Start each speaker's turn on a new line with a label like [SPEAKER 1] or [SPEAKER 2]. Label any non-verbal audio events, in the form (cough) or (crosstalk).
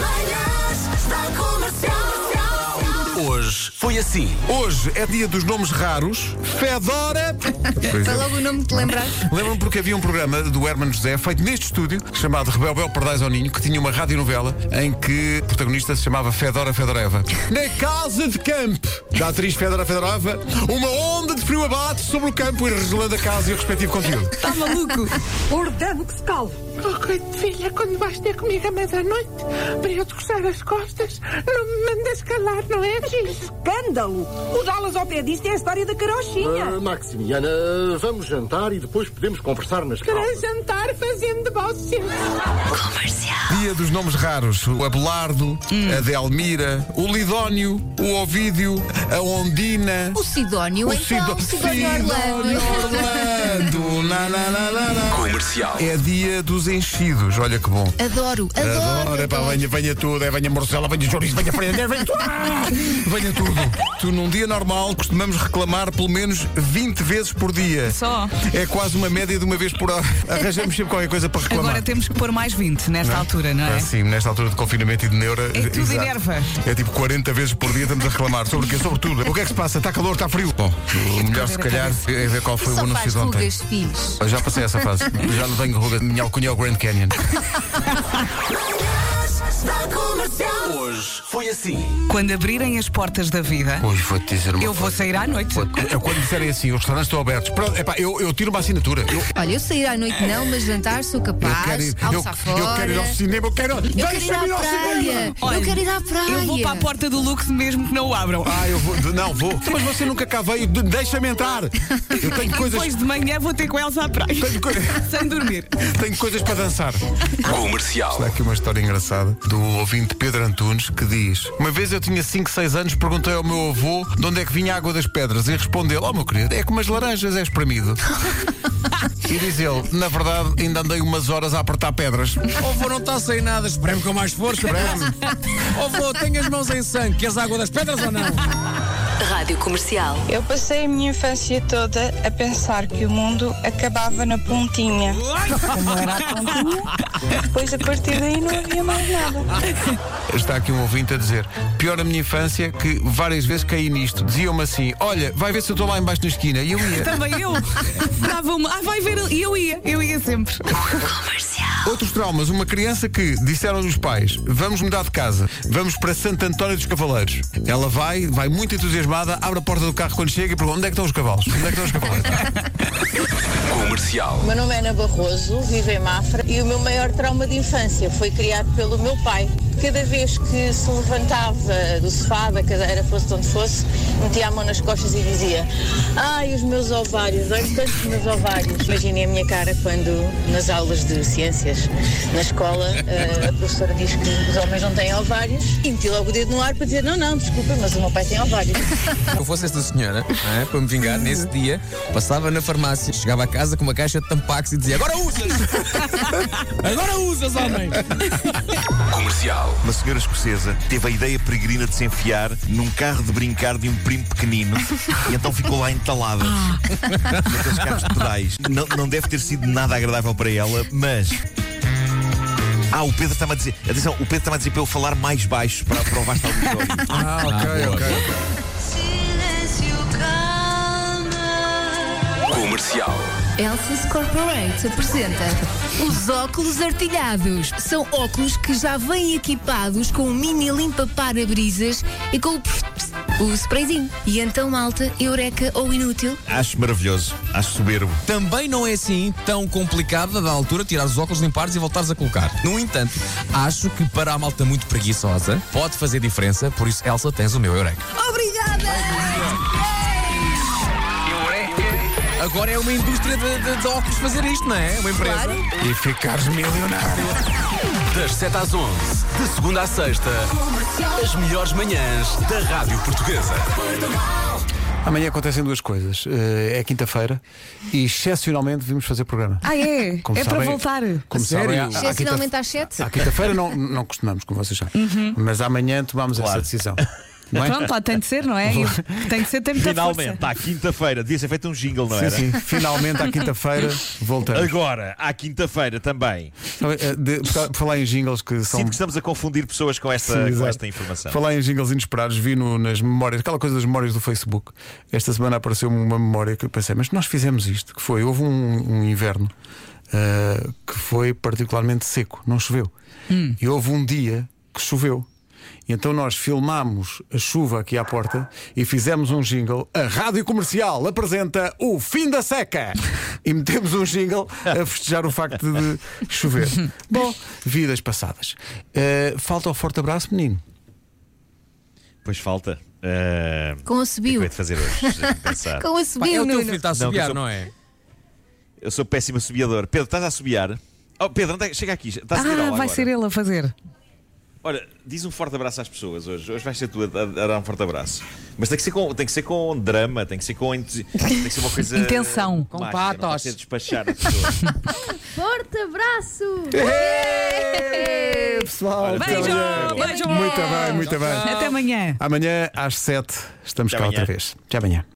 [SPEAKER 1] Manhãs da Comercial.
[SPEAKER 2] Hoje foi assim.
[SPEAKER 3] Hoje é dia dos nomes raros. Fedora! Pois
[SPEAKER 4] Foi
[SPEAKER 3] é.
[SPEAKER 4] logo o nome que te lembraste?
[SPEAKER 3] Lembro-me porque havia um programa do Herman José feito neste estúdio chamado Rebelbel Perdais ao Ninho que tinha uma radionovela em que o protagonista se chamava Fedora Fedoreva. Na casa de campo da atriz Fedora Fedoreva, uma onda de frio abate sobre o campo e regelando a casa e o respectivo conteúdo.
[SPEAKER 4] Está maluco?
[SPEAKER 5] (laughs) Ordeno que se calve.
[SPEAKER 6] Ok, Oh, filha, quando vais ter comigo à meia-noite, para eu te coçar as costas, não me mandas calar, não é, filho?
[SPEAKER 5] Escândalo! O Dallas ao pé disto é a história da carochinha.
[SPEAKER 7] Ah, Maximiana, vamos jantar e depois podemos conversar nas
[SPEAKER 6] Para
[SPEAKER 7] calmas.
[SPEAKER 6] jantar fazendo vocês.
[SPEAKER 3] Dia dos nomes raros. O Abelardo, a Delmira, o Lidónio, o Ovídio, a Ondina.
[SPEAKER 4] O Sidónio, então,
[SPEAKER 3] Sido-
[SPEAKER 4] o Sidónio Orlando. (laughs)
[SPEAKER 3] Orlando. Na, na, na, na, na.
[SPEAKER 2] Comercial.
[SPEAKER 3] É dia dos enchidos, olha que bom.
[SPEAKER 4] Adoro, adoro.
[SPEAKER 3] Adoro, é pá, venha, venha tudo, é, venha morcela, venha chouriço, venha frente, venha
[SPEAKER 4] (laughs)
[SPEAKER 3] tudo. Ah, Venha tudo. Tu, num dia normal, costumamos reclamar pelo menos 20 vezes por dia.
[SPEAKER 8] Só.
[SPEAKER 3] É quase uma média de uma vez por
[SPEAKER 4] (laughs)
[SPEAKER 3] hora. Arranjamos sempre qualquer coisa para reclamar.
[SPEAKER 8] Agora temos que pôr mais 20 nesta altura, não é?
[SPEAKER 3] Ah, sim, nesta altura de confinamento e de neura.
[SPEAKER 8] É tudo
[SPEAKER 3] exato.
[SPEAKER 8] enerva.
[SPEAKER 3] É tipo 40 vezes por dia estamos a reclamar. Sobre o quê? Sobre tudo. O que é que se passa? Está calor, está frio? Bom, o melhor se calhar é ver qual foi o
[SPEAKER 4] Só
[SPEAKER 3] anúncio
[SPEAKER 4] faz
[SPEAKER 3] de ontem.
[SPEAKER 4] rugas, filhos.
[SPEAKER 3] Eu Já passei essa
[SPEAKER 4] (laughs)
[SPEAKER 3] fase. Já não tenho ruga. Minha alcunha é o Grand Canyon.
[SPEAKER 1] Manhãs da Comercial.
[SPEAKER 2] Hoje foi assim.
[SPEAKER 8] Quando abrirem as portas da vida,
[SPEAKER 3] Hoje vou-te dizer uma
[SPEAKER 8] eu vou sair à noite.
[SPEAKER 3] Eu, quando disserem assim, os restaurantes estão abertos. Pronto, epá, eu, eu tiro uma assinatura. Eu, eu
[SPEAKER 4] Olha, eu sair à noite não, mas jantar sou
[SPEAKER 3] quero ir,
[SPEAKER 4] capaz.
[SPEAKER 3] eu,
[SPEAKER 4] Almoçar fora.
[SPEAKER 3] eu quero ir ao cinema, eu quero.
[SPEAKER 4] Eu quero ir à
[SPEAKER 3] Deixa-me ir ao cinema!
[SPEAKER 4] praia.
[SPEAKER 8] Olha,
[SPEAKER 4] eu quero ir à praia.
[SPEAKER 8] Eu vou para a porta do Lux mesmo que não o abram.
[SPEAKER 3] Ah, eu vou. Não, vou. Mas você nunca cá veio. de- Deixa-me entrar. Eu tenho coisas.
[SPEAKER 8] Depois de manhã vou ter com a Elsa à praia.
[SPEAKER 3] Tenho, coi-
[SPEAKER 8] (laughs) Sem dormir.
[SPEAKER 3] tenho coisas para dançar.
[SPEAKER 2] Comercial.
[SPEAKER 3] Há aqui uma história engraçada do ouvinte Pedro Antunes que diz: Uma vez eu tinha 5, 6 anos, perguntei ao meu avô de onde é que vinha a água das pedras e respondeu: Oh, meu querido, é com umas laranjas,
[SPEAKER 9] (laughs)
[SPEAKER 3] é espremido. e diz ele: Na verdade, ainda andei umas horas a apertar pedras.
[SPEAKER 9] Ou vou não está sem nada, espreme com mais força, espreme. Ou vou, tenho as mãos em sangue, queres água das pedras ou não?
[SPEAKER 10] Rádio Comercial.
[SPEAKER 11] Eu passei a minha infância toda a pensar que o mundo acabava na pontinha. Como era a pontinha, depois a partir daí não havia mais nada.
[SPEAKER 3] Está aqui um ouvinte a dizer: Pior na minha infância que várias vezes caí nisto. Diziam-me assim: Olha, vai ver se eu estou lá embaixo na esquina. E eu ia.
[SPEAKER 9] Então,
[SPEAKER 8] Também eu. Dava-me. Ah, vai ver. ele. E eu ia. Eu ia sempre.
[SPEAKER 3] Outros traumas, uma criança que disseram os pais: Vamos mudar de casa, vamos para Santo António dos Cavaleiros. Ela vai, vai muito entusiasmada, abre a porta do carro quando chega e pergunta: Onde é que estão os cavalos? Onde é que estão os cavaleiros?
[SPEAKER 2] Comercial.
[SPEAKER 11] O meu nome é Ana Barroso, vivo em Mafra e o meu maior trauma de infância foi criado pelo meu pai. Cada vez que se levantava do sofá, da cadeira, fosse de onde fosse, metia a mão nas costas e dizia Ai, os meus ovários, dói tanto os meus ovários. Imaginem a minha cara quando, nas aulas de ciências, na escola, eh, a professora diz que os homens não têm ovários e meti logo o dedo no ar para dizer Não, não, desculpa, mas o meu pai tem ovários.
[SPEAKER 9] (laughs) Se eu fosse esta senhora, não é, para me vingar, nesse dia, passava na farmácia, chegava a casa com uma caixa de tampax e dizia Agora
[SPEAKER 12] (laughs)
[SPEAKER 9] usas! Agora usas, homem!
[SPEAKER 2] Comercial.
[SPEAKER 12] Uma senhora escocesa teve a ideia peregrina de se enfiar num carro de brincar de um primo pequenino e então ficou lá entalada naqueles carros de pedais. Não, não deve ter sido nada agradável para ela, mas. Ah, o Pedro está-me a dizer. Atenção, o Pedro está-me a dizer para eu falar mais baixo para, para o vasto auditório.
[SPEAKER 3] Ah, ok, ok.
[SPEAKER 1] Silêncio calma.
[SPEAKER 2] Comercial.
[SPEAKER 4] Elsa's Corporate apresenta os óculos artilhados. São óculos que já vêm equipados com um mini limpa-parabrisas e com o, o sprayzinho. E então, malta, eureka ou inútil,
[SPEAKER 12] Acho maravilhoso, acho soberbo.
[SPEAKER 9] Também não é assim tão complicado da altura tirar os óculos, limpares e voltares a colocar. No entanto, acho que para a malta muito preguiçosa, pode fazer diferença, por isso, Elsa, tens o meu eureka. Obrigada! Agora é uma indústria de, de- de óculos fazer isto, não é? Uma empresa.
[SPEAKER 3] E ficares milionário.
[SPEAKER 2] Das 7 às 11. De segunda à sexta. As melhores manhãs da Rádio Portuguesa.
[SPEAKER 3] Amanhã acontecem duas coisas. Eh, É quinta-feira e excepcionalmente vimos fazer programa.
[SPEAKER 8] Ah, é?
[SPEAKER 3] Como
[SPEAKER 8] é para
[SPEAKER 3] sabem-
[SPEAKER 8] voltar.
[SPEAKER 3] Como sabem, à- à
[SPEAKER 12] é
[SPEAKER 3] quinta-
[SPEAKER 4] excepcionalmente é às sete.
[SPEAKER 8] (laughs)
[SPEAKER 3] À quinta-feira não, não costumamos, como vocês sabem. Mas amanhã tomámos essa decisão.
[SPEAKER 12] Não é?
[SPEAKER 8] Uhum. Pronto, lá tem de ser, não é? E Tem de ser, tem muita
[SPEAKER 12] Finalmente,
[SPEAKER 8] força.
[SPEAKER 12] à quinta-feira, devia ser feito um jingle, não
[SPEAKER 3] Sim,
[SPEAKER 12] era?
[SPEAKER 3] sim. Finalmente, à quinta-feira, voltamos.
[SPEAKER 12] (laughs) Agora, à quinta-feira também.
[SPEAKER 3] Sabe, eh, de- por causa- por falar em jingles que são.
[SPEAKER 12] Sinto que estamos a confundir pessoas com esta,
[SPEAKER 3] Sim,
[SPEAKER 12] com
[SPEAKER 3] exato.
[SPEAKER 12] esta informação.
[SPEAKER 3] Falar em jingles inesperados, vi no- nas memórias, aquela coisa das memórias do Facebook. Esta semana apareceu-me uma memória que eu pensei, mas nós fizemos isto, que foi, houve um, um inverno ah, que foi particularmente seco, não choveu. E houve um dia que choveu. E então nós filmámos a chuva aqui à porta e fizemos um jingle. A Rádio Comercial apresenta o fim da seca. E metemos um jingle a festejar o facto de chover. Bom, vidas passadas. Ah, falta o forte abraço, menino.
[SPEAKER 12] Pois falta. eh,
[SPEAKER 4] Com o subiu.
[SPEAKER 12] o que eu hei de
[SPEAKER 8] (laughs)
[SPEAKER 12] fazer hoje? Deixa-me pensar.
[SPEAKER 4] Com o subiu, Nuno.
[SPEAKER 12] eu sou- Eu sou péssimo assobiador. Pedro, estás a assobiar? Oh, Pedro, anda- chega aqui. Está a
[SPEAKER 8] Ah,
[SPEAKER 12] subir
[SPEAKER 8] vai
[SPEAKER 12] aula agora.
[SPEAKER 8] ser ele a fazer.
[SPEAKER 12] Olha, diz um forte abraço às pessoas hoje. Hoje vais ser tu a, a- a dar um forte abraço. Mas tem que ser com, tem que ser com drama, tem que ser com entusi- tem que ser uma coisa.
[SPEAKER 8] Intenção. Com
[SPEAKER 12] mágica, não pode
[SPEAKER 8] patos.
[SPEAKER 12] ser despachar a pessoa.
[SPEAKER 13] Forte abraço!
[SPEAKER 3] Ê, Pessoal,
[SPEAKER 8] Beijo,
[SPEAKER 3] muito bem.
[SPEAKER 8] beijo.
[SPEAKER 3] Muito bem, muito bem.
[SPEAKER 8] Ah. Até amanhã.
[SPEAKER 3] Amanhã às 7 estamos
[SPEAKER 12] Até
[SPEAKER 3] cá outra
[SPEAKER 12] amanhã.
[SPEAKER 3] vez. Até amanhã.